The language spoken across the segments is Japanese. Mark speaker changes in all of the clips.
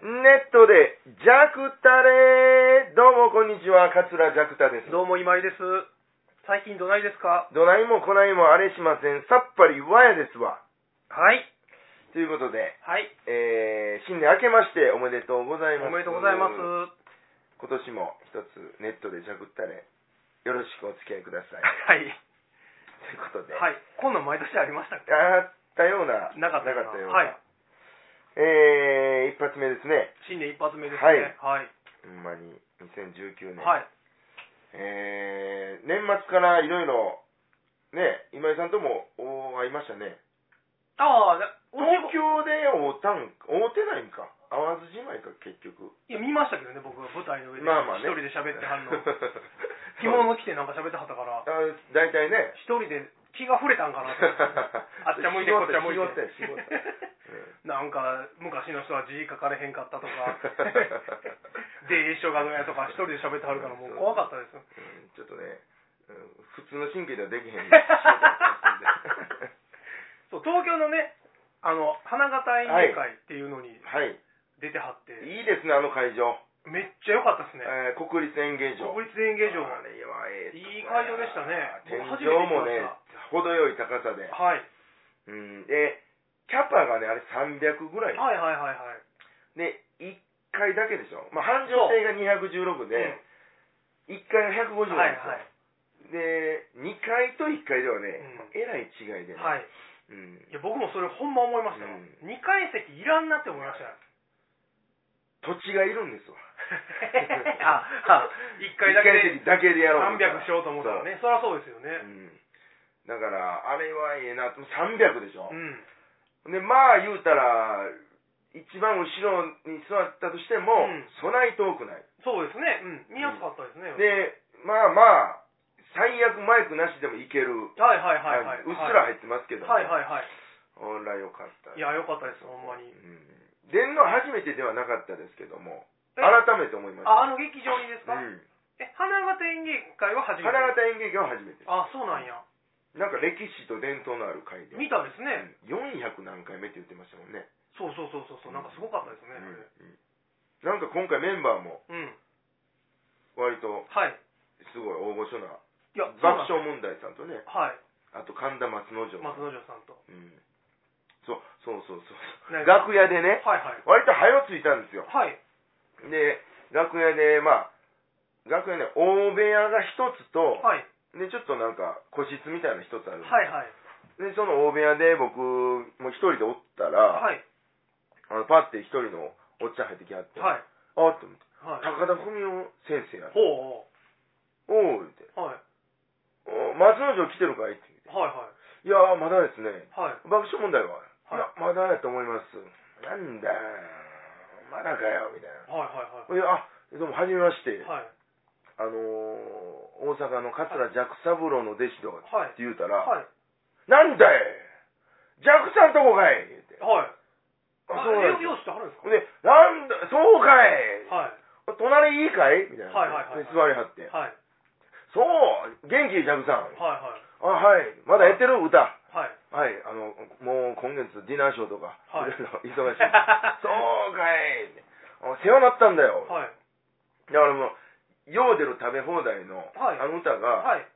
Speaker 1: オで、ジャクタレーどうもこんにちは、桂ジャクタです。
Speaker 2: どうも今井です。最近どないですか
Speaker 1: どないもこないもあれしません、さっぱりわやですわ。
Speaker 2: はい。
Speaker 1: ということで、
Speaker 2: はい。
Speaker 1: えー、新年明けましておめでとうございます。
Speaker 2: おめでとうございます。 は
Speaker 1: 今年も一つネットでジャクタレ、よろしくお付き合いください。
Speaker 2: い。
Speaker 1: ということで、
Speaker 2: はい。こんなん毎年ありましたっけ
Speaker 1: あったような、
Speaker 2: なかった
Speaker 1: なかったような。
Speaker 2: はい。
Speaker 1: えー、一発目ですね。
Speaker 2: 新年一発目です
Speaker 1: はい
Speaker 2: ね。はい。
Speaker 1: ほんまに、2019年。
Speaker 2: はい。
Speaker 1: えー、年末からいろいろ、ね、今井さんともお会いましたね。
Speaker 2: ああ、で
Speaker 1: 東京で会うたん、会うてないんか。会わずじまいか、結局。
Speaker 2: いや、見ましたけどね、僕は舞台の上で。
Speaker 1: まあまあね。
Speaker 2: 一人で喋っては んの。着
Speaker 1: そう
Speaker 2: 物着てなんか喋ってはったから、
Speaker 1: あ大体ね。
Speaker 2: 一人で気が触れたんかなって。 あっちゃ向いて、こっちゃ向い
Speaker 1: 仕事
Speaker 2: て
Speaker 1: や。仕事や仕事や
Speaker 2: なんか、昔の人は字書かれへんかったとか、 で、一生がのやとか、一人で喋ってはるから、もう怖かったです。
Speaker 1: うんちょっとね、うん普通の神経ではできへ ん。
Speaker 2: そう東京のねあの花形演芸会っていうのに
Speaker 1: はい。
Speaker 2: 出てはって、
Speaker 1: いいですね、あの会場。
Speaker 2: めっちゃ良かったですね、
Speaker 1: えー国立演芸場。
Speaker 2: 国立演芸場
Speaker 1: あれはええとこや
Speaker 2: いい会場でしたね
Speaker 1: 天
Speaker 2: 僕初めて
Speaker 1: 井もね
Speaker 2: 行きま、
Speaker 1: 程よい高さで。
Speaker 2: はい、
Speaker 1: うん。で、キャパがね、あれ300ぐらい。
Speaker 2: はいはいはいはい
Speaker 1: で、1回だけでしょ。まあ、繁盛亭が216で、1回が150
Speaker 2: うん
Speaker 1: な
Speaker 2: は
Speaker 1: いんですよ。
Speaker 2: は
Speaker 1: で、2
Speaker 2: い
Speaker 1: 回と1回ではね、ま
Speaker 2: うん
Speaker 1: あえらい違いでね。
Speaker 2: はい
Speaker 1: うん。
Speaker 2: いや僕もそれほんま思いました
Speaker 1: う
Speaker 2: わ、
Speaker 1: ん
Speaker 2: 二階席いらんなって思い ましたよ
Speaker 1: 土地がいるんですわ。
Speaker 2: あ あ一回だけで
Speaker 1: 一回だけでやろう。
Speaker 2: 300しようと思ったらねそりゃそうですよ
Speaker 1: そう。うん。
Speaker 2: ね
Speaker 1: だから、あれはええなと。300でしょ
Speaker 2: う。ん、
Speaker 1: で、まあ言うたら、一番後ろに座ったとしても、
Speaker 2: うん
Speaker 1: そない遠くない。
Speaker 2: そうですね、うん、見やすかったですね、
Speaker 1: で、まあまあ、最悪マイクなしでもいける
Speaker 2: はいはいは
Speaker 1: 感
Speaker 2: いはい
Speaker 1: じ。うっすら入ってますけど、
Speaker 2: はいはいはい
Speaker 1: ほらよかった。
Speaker 2: いや良かったですほんまに
Speaker 1: うん。出んの初めてではなかったですけども、
Speaker 2: え
Speaker 1: 改めて思いました。
Speaker 2: ああの劇場にですか、
Speaker 1: うん。
Speaker 2: え花形演芸会は初めて
Speaker 1: 花形演劇は初めて。
Speaker 2: あそうなんや
Speaker 1: なんか歴史と伝統のある会で。
Speaker 2: 見たですね、
Speaker 1: うん400何回目って言ってましたもんね。
Speaker 2: そうそうそうそうそうなんかすごかったですね、
Speaker 1: うんうんなんか今回メンバーも
Speaker 2: うん、
Speaker 1: 割と
Speaker 2: はい
Speaker 1: すごい大御所ない
Speaker 2: や
Speaker 1: 爆
Speaker 2: そう
Speaker 1: 笑
Speaker 2: なんで
Speaker 1: 問題さんとね
Speaker 2: すはい
Speaker 1: あと神田松之丞
Speaker 2: 松
Speaker 1: さん、
Speaker 2: 之丞さんと
Speaker 1: うん、そうそうそうそう、
Speaker 2: ね
Speaker 1: 楽屋でね
Speaker 2: はいはい
Speaker 1: 割と早ついたんですよ
Speaker 2: はい
Speaker 1: で楽屋でまあ楽屋ね大部屋が一つと、
Speaker 2: はいはい
Speaker 1: でちょっとなんか個室みたいなの一つある、
Speaker 2: はい
Speaker 1: でその大部屋で僕も一人でおったら、
Speaker 2: はい
Speaker 1: あのパッて一人のおっちゃん入ってきはって、
Speaker 2: はい
Speaker 1: あっと思って
Speaker 2: はい
Speaker 1: 高田文夫先生や
Speaker 2: ほう
Speaker 1: おおって
Speaker 2: ほうはい
Speaker 1: お松之丞来てるかいって言って
Speaker 2: はいは
Speaker 1: い
Speaker 2: い
Speaker 1: やーまだですね
Speaker 2: はい
Speaker 1: 爆笑問題は、い
Speaker 2: はい
Speaker 1: や、まだやと思います。なんだよ、まだかよ、みたいな。
Speaker 2: はいは
Speaker 1: い
Speaker 2: い
Speaker 1: や、あ、どうも、はじめまして。
Speaker 2: はいはい
Speaker 1: あのー、大阪の桂寂三郎の弟子と、
Speaker 2: はい
Speaker 1: って言うたら、
Speaker 2: はい
Speaker 1: なんだい寂さんとこかい言って。
Speaker 2: はい
Speaker 1: あ
Speaker 2: あ
Speaker 1: そうなんで
Speaker 2: よ
Speaker 1: す
Speaker 2: よしてはるんですか
Speaker 1: で、なんだ、そうかい、
Speaker 2: はい
Speaker 1: 隣いいかいみたいな。
Speaker 2: はいはいはいは
Speaker 1: で
Speaker 2: い
Speaker 1: 座りはって。
Speaker 2: はい
Speaker 1: そう元気寂さん。
Speaker 2: はいはい
Speaker 1: あ、はい。まだやってる歌。
Speaker 2: はい
Speaker 1: はい。あの、もう今月ディナーショーとか、
Speaker 2: は
Speaker 1: い
Speaker 2: い
Speaker 1: ろいろ 忙しい。そうかいあ世話になったんだよ、
Speaker 2: はい
Speaker 1: だからもうヨーデル食べ放題の、
Speaker 2: はい
Speaker 1: あの歌が、
Speaker 2: はい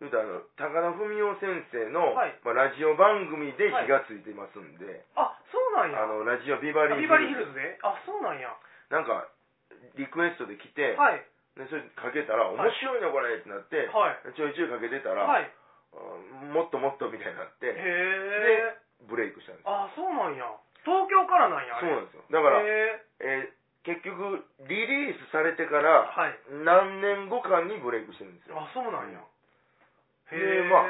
Speaker 1: 言うたらあの高田文夫先生の、
Speaker 2: はい
Speaker 1: まあ、ラジオ番組で火がついてますんで、
Speaker 2: あそうなんや
Speaker 1: あのラジオビバリー
Speaker 2: ビバリーヒルズであそうなんや
Speaker 1: なんかリクエストで来て、
Speaker 2: はい
Speaker 1: でそれかけたら面白いなこれってなって、
Speaker 2: はい
Speaker 1: ちょいちょいかけてたら、
Speaker 2: はい
Speaker 1: あもっともっとみたいになっ
Speaker 2: へ
Speaker 1: て
Speaker 2: え
Speaker 1: ブレイクしたんです
Speaker 2: あそうなんや東京からなんやあ
Speaker 1: そ
Speaker 2: れ
Speaker 1: うなんですよだから、
Speaker 2: へえ
Speaker 1: えー結局リリースされてから
Speaker 2: はい
Speaker 1: 何年後かにブレイクしてるんですよ
Speaker 2: あそうなんやへ
Speaker 1: で
Speaker 2: え
Speaker 1: まあ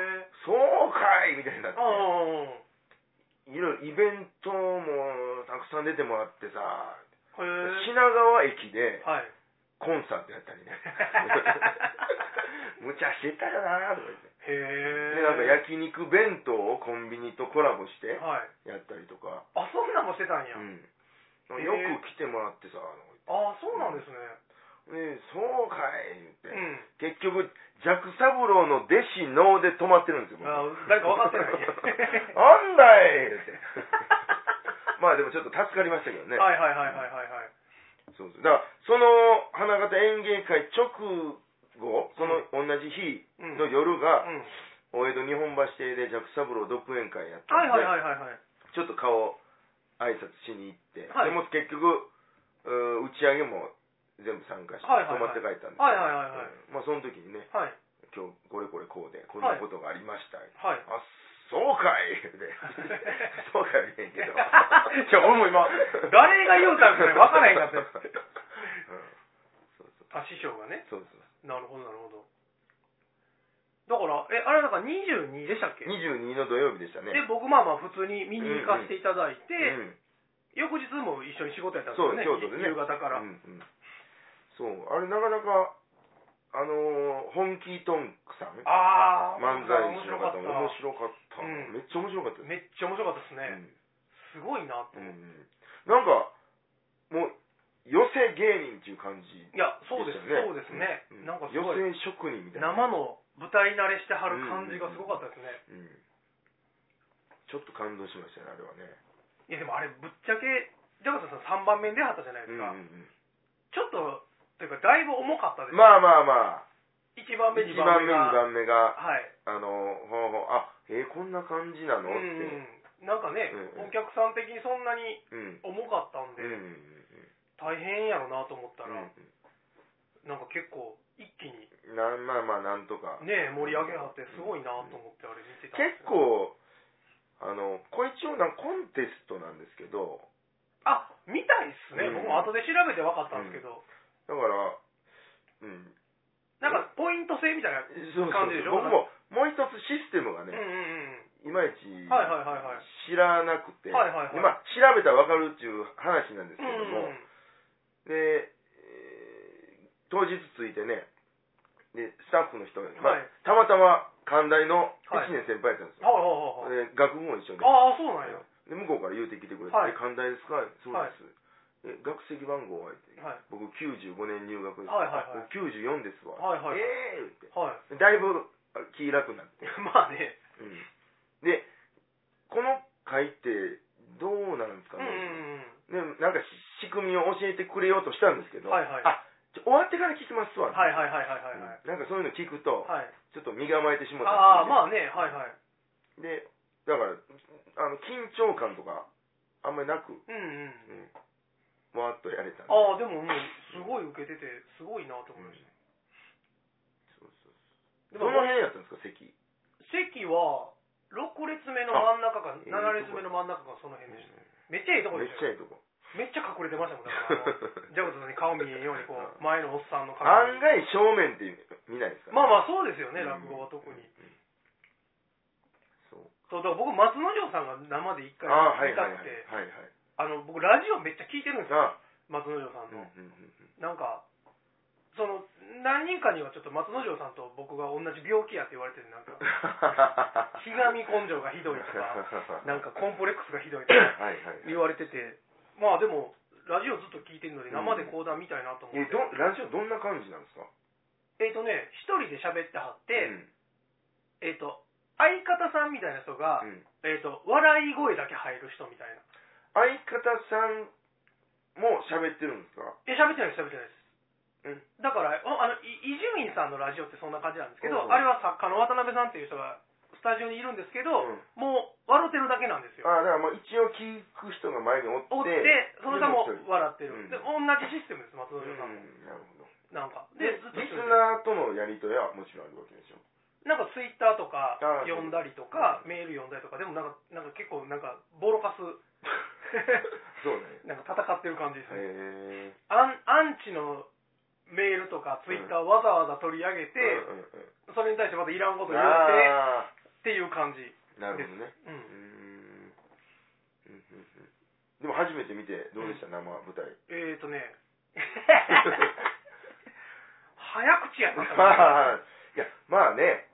Speaker 1: そうかいみたいになって
Speaker 2: ああ
Speaker 1: いろいろイベントもたくさん出てもらってさ
Speaker 2: へえ
Speaker 1: 品川駅で
Speaker 2: はい
Speaker 1: コンサートやった りね 無茶してたよなとか言って
Speaker 2: へえ
Speaker 1: でなんか焼肉弁当をコンビニとコラボして
Speaker 2: はい
Speaker 1: やったりとか、
Speaker 2: あそんなんもしてたんや
Speaker 1: うん
Speaker 2: へえ
Speaker 1: よく来てもらってさあ
Speaker 2: あそうなんですね
Speaker 1: のねそうかい言って、
Speaker 2: うん
Speaker 1: 結局ジャクサブローの弟子ので止まってるんですよ僕
Speaker 2: あ誰か分かっ てないね
Speaker 1: なんだいって まあでもちょっと助かりましたけどね、
Speaker 2: はいはいはいはいはいはい
Speaker 1: そうそうそう。だから、その花形演芸会直後、その同じ日
Speaker 2: うん。
Speaker 1: の
Speaker 2: うん。
Speaker 1: 夜が、
Speaker 2: うん
Speaker 1: 大江戸日本橋邸でジャック・サブロー独演会やった
Speaker 2: はい
Speaker 1: ん
Speaker 2: はい
Speaker 1: で、
Speaker 2: はいはいはい。
Speaker 1: ちょっと顔、挨拶しに行って、
Speaker 2: はい
Speaker 1: でも結局、うん打ち上げも全部参加して、
Speaker 2: はいはいはい
Speaker 1: 泊まって帰ったんですけど
Speaker 2: はいはいはいはい
Speaker 1: うんまあその時にね、
Speaker 2: はい。
Speaker 1: 今日これこれこうで、こんなことがありました。
Speaker 2: はい。
Speaker 1: あ、そうかいで、 そうかいねんけど。
Speaker 2: じゃあ俺も今、誰が言うたんかね、分からへんかった
Speaker 1: うん
Speaker 2: よ。
Speaker 1: そうそう
Speaker 2: あ、師匠がね。
Speaker 1: そうそう
Speaker 2: なるほど、なるほど。だから、え、あれだから22でしたっけ、
Speaker 1: 22の土曜日でしたね。
Speaker 2: で、僕まあまあ普通に見に行かせていただいて、
Speaker 1: うん
Speaker 2: 翌日も一緒に仕事やったんです
Speaker 1: そう、
Speaker 2: よね。
Speaker 1: 京都でね。
Speaker 2: 夕方から。
Speaker 1: うんうんそう、あれなかなか、あのー、本気トンクさん、
Speaker 2: ああ、
Speaker 1: 漫才師の方、
Speaker 2: 面
Speaker 1: 面白
Speaker 2: 白
Speaker 1: かった。
Speaker 2: うん
Speaker 1: めっちゃ面白かった
Speaker 2: かった。
Speaker 1: です。
Speaker 2: めっちゃ面白かったですね。すごいなと
Speaker 1: うんうんなんか、
Speaker 2: 思って。
Speaker 1: もう、寄せ芸人っていう感じ
Speaker 2: いや、そうです、
Speaker 1: でしたよね
Speaker 2: そうですね。
Speaker 1: う
Speaker 2: なんかすごい、
Speaker 1: 寄せ職人みたい
Speaker 2: 生
Speaker 1: な。
Speaker 2: の舞台慣れしてはる感じがすごかったですね。
Speaker 1: うんちょっと感動しましたね、あれはね。
Speaker 2: いやでもあれぶっちゃけジャガタさん3番目に出はったじゃない
Speaker 1: う
Speaker 2: です
Speaker 1: んう
Speaker 2: か、
Speaker 1: ん
Speaker 2: ちょっとというかだいぶ重かった
Speaker 1: うん
Speaker 2: です、
Speaker 1: まあまあまあ、
Speaker 2: 一1番目
Speaker 1: 1
Speaker 2: 2
Speaker 1: 番目、
Speaker 2: 番目
Speaker 1: 2
Speaker 2: が
Speaker 1: 番目が、
Speaker 2: はい
Speaker 1: あの、ほうほうあ、えーこんな感じなの
Speaker 2: う
Speaker 1: って。
Speaker 2: んなんかね、
Speaker 1: うんうん
Speaker 2: お客さん的にそんなに
Speaker 1: うん。
Speaker 2: 重かったんで、
Speaker 1: うんうんうん
Speaker 2: 大変やろなと思った
Speaker 1: う
Speaker 2: ら、
Speaker 1: ん
Speaker 2: なんか結構一気に
Speaker 1: うんなまあまあなんとか、
Speaker 2: ね盛り上げはってすごいなと思ってあれ見てたんです
Speaker 1: 結
Speaker 2: よ
Speaker 1: 構あのこれ一応なんかコンテストなんですけど
Speaker 2: あ見たいっすね、
Speaker 1: うん
Speaker 2: 僕も後で調べて分かったんですけど、
Speaker 1: だからうん
Speaker 2: なんかポイント制みたいな
Speaker 1: そうそう
Speaker 2: 感じでしょ
Speaker 1: 僕ももう一つシステムが
Speaker 2: うんう
Speaker 1: ね、
Speaker 2: ん
Speaker 1: いまいち
Speaker 2: うんはいはいはいはい
Speaker 1: 知らなくて、
Speaker 2: はいはいはい
Speaker 1: でまあ、調べたらわかるっていう話なんです
Speaker 2: う
Speaker 1: け
Speaker 2: ん
Speaker 1: ど
Speaker 2: うん
Speaker 1: も、
Speaker 2: うん
Speaker 1: で、えー当日着いてねでスタッフの人が、まあ
Speaker 2: はい
Speaker 1: たまたま寛大の
Speaker 2: はい
Speaker 1: 1年先輩やったんですよ、
Speaker 2: はいはいはいはい
Speaker 1: で学部も一緒で
Speaker 2: ああそうなんや、
Speaker 1: で向こうから言うてきてくれて「
Speaker 2: はい
Speaker 1: え寛大ですか?」そうです」え学籍番号は?」って
Speaker 2: はい
Speaker 1: 「僕95年入学です」
Speaker 2: はいはいはい
Speaker 1: 僕94ですわ」
Speaker 2: はいはいはい
Speaker 1: ええー!」って
Speaker 2: はい。
Speaker 1: だいぶあ気楽になって、
Speaker 2: まあね。
Speaker 1: うんでこの会ってどうなんです
Speaker 2: う
Speaker 1: か
Speaker 2: んう
Speaker 1: ね、
Speaker 2: んうん。
Speaker 1: ねなんかし仕組みを教えてくれようとしたんですけど、
Speaker 2: はいはい
Speaker 1: あちょ終わってから聞きますわ、
Speaker 2: はいはいはいはいはいはい。
Speaker 1: うんなんかそういうの聞くと、
Speaker 2: はい。
Speaker 1: ちょっと身構えてしまった
Speaker 2: ああ、
Speaker 1: あ
Speaker 2: まあね。はいはい。
Speaker 1: でだからあの緊張感とかあんまりなく
Speaker 2: うんうん。
Speaker 1: うん、わーっとやれたんで
Speaker 2: ああ、でももう、すごい受けてて、すごいなと思いました。
Speaker 1: そうそう
Speaker 2: で
Speaker 1: ど
Speaker 2: も
Speaker 1: の、辺やったんですか席
Speaker 2: 席は、6列目の真ん中か、
Speaker 1: ええ
Speaker 2: 7列目の真ん中か、その辺でした。めっちゃいいとこ
Speaker 1: め
Speaker 2: で
Speaker 1: っ
Speaker 2: し
Speaker 1: ち
Speaker 2: たよ。
Speaker 1: ゃいいとこ
Speaker 2: めっちゃ隠れて ましたもん、だからあの。ジャブトさんに顔見えんように、こう、前のおっさんの顔
Speaker 1: 案外正面って見ないですか
Speaker 2: ま
Speaker 1: ら、ね、まあまあ
Speaker 2: あまあ、そうですよね、落語は特に。
Speaker 1: そう
Speaker 2: そう、だから僕、松之丞さんが生で一回
Speaker 1: ああはい
Speaker 2: 見た
Speaker 1: はいはい
Speaker 2: く
Speaker 1: はい
Speaker 2: て、
Speaker 1: はい
Speaker 2: あの、僕、ラジオめっちゃ聞いてるんですよ、
Speaker 1: あ
Speaker 2: 松之丞さん
Speaker 1: うん
Speaker 2: の
Speaker 1: うん。うん
Speaker 2: なんか、その、何人かにはちょっと松之丞さんと僕が同じ病気やって言われてて、な んか、ひがみ根性がひどいと か、なんかコンプレックスがひどいとか
Speaker 1: はいはい
Speaker 2: 言われてて、まあでも、ラジオずっと聞いてるので生で講談みたいなと思っ
Speaker 1: え
Speaker 2: て。
Speaker 1: どラジオどんな感じなんですか
Speaker 2: えっ、とね、一人で喋ってはって、
Speaker 1: うん
Speaker 2: えっ、と、相方さんみたいな人が、
Speaker 1: うん
Speaker 2: えっ、と、笑い声だけ入る人みたいな。
Speaker 1: 相方さんも喋ってるんですか
Speaker 2: え、喋ってないです、喋ってないです。
Speaker 1: うん
Speaker 2: だから、おあの、い伊集院さんのラジオってそんな感じなんですけど、
Speaker 1: うん
Speaker 2: あれは作家の渡辺さんっていう人がスタジオにいるんですけど、
Speaker 1: うん
Speaker 2: もう笑ってるだけなんですよ。
Speaker 1: ああだからもう一応聞く人が前におって
Speaker 2: おって、その人も笑ってる。
Speaker 1: うん
Speaker 2: で、同じシステムです、松
Speaker 1: うん
Speaker 2: 之丞さんも。
Speaker 1: なるほど
Speaker 2: なんか。
Speaker 1: で
Speaker 2: で、ずっと
Speaker 1: リ
Speaker 2: 一
Speaker 1: ス
Speaker 2: 人で
Speaker 1: ナーとのやり取りはもちろんあるわけでしょ
Speaker 2: なんかツイッターとか
Speaker 1: あー
Speaker 2: 読んだりとか、メール読んだりとか、でもなんか、なんか結構なんか、ボロカス、
Speaker 1: そうね
Speaker 2: なんか戦ってる感じですね。
Speaker 1: へえ
Speaker 2: アンアンチのメールとかツイッターわざわざ取り上げて、
Speaker 1: うんうんうん
Speaker 2: それに対してまたいらんこと言って、
Speaker 1: あ
Speaker 2: っていう感じ。
Speaker 1: ーなるほどね
Speaker 2: う
Speaker 1: うー
Speaker 2: ん。
Speaker 1: んうんうんうんでも初めて見てどうでした生舞 台
Speaker 2: えーとね、 早口やな。
Speaker 1: ま あいやまあね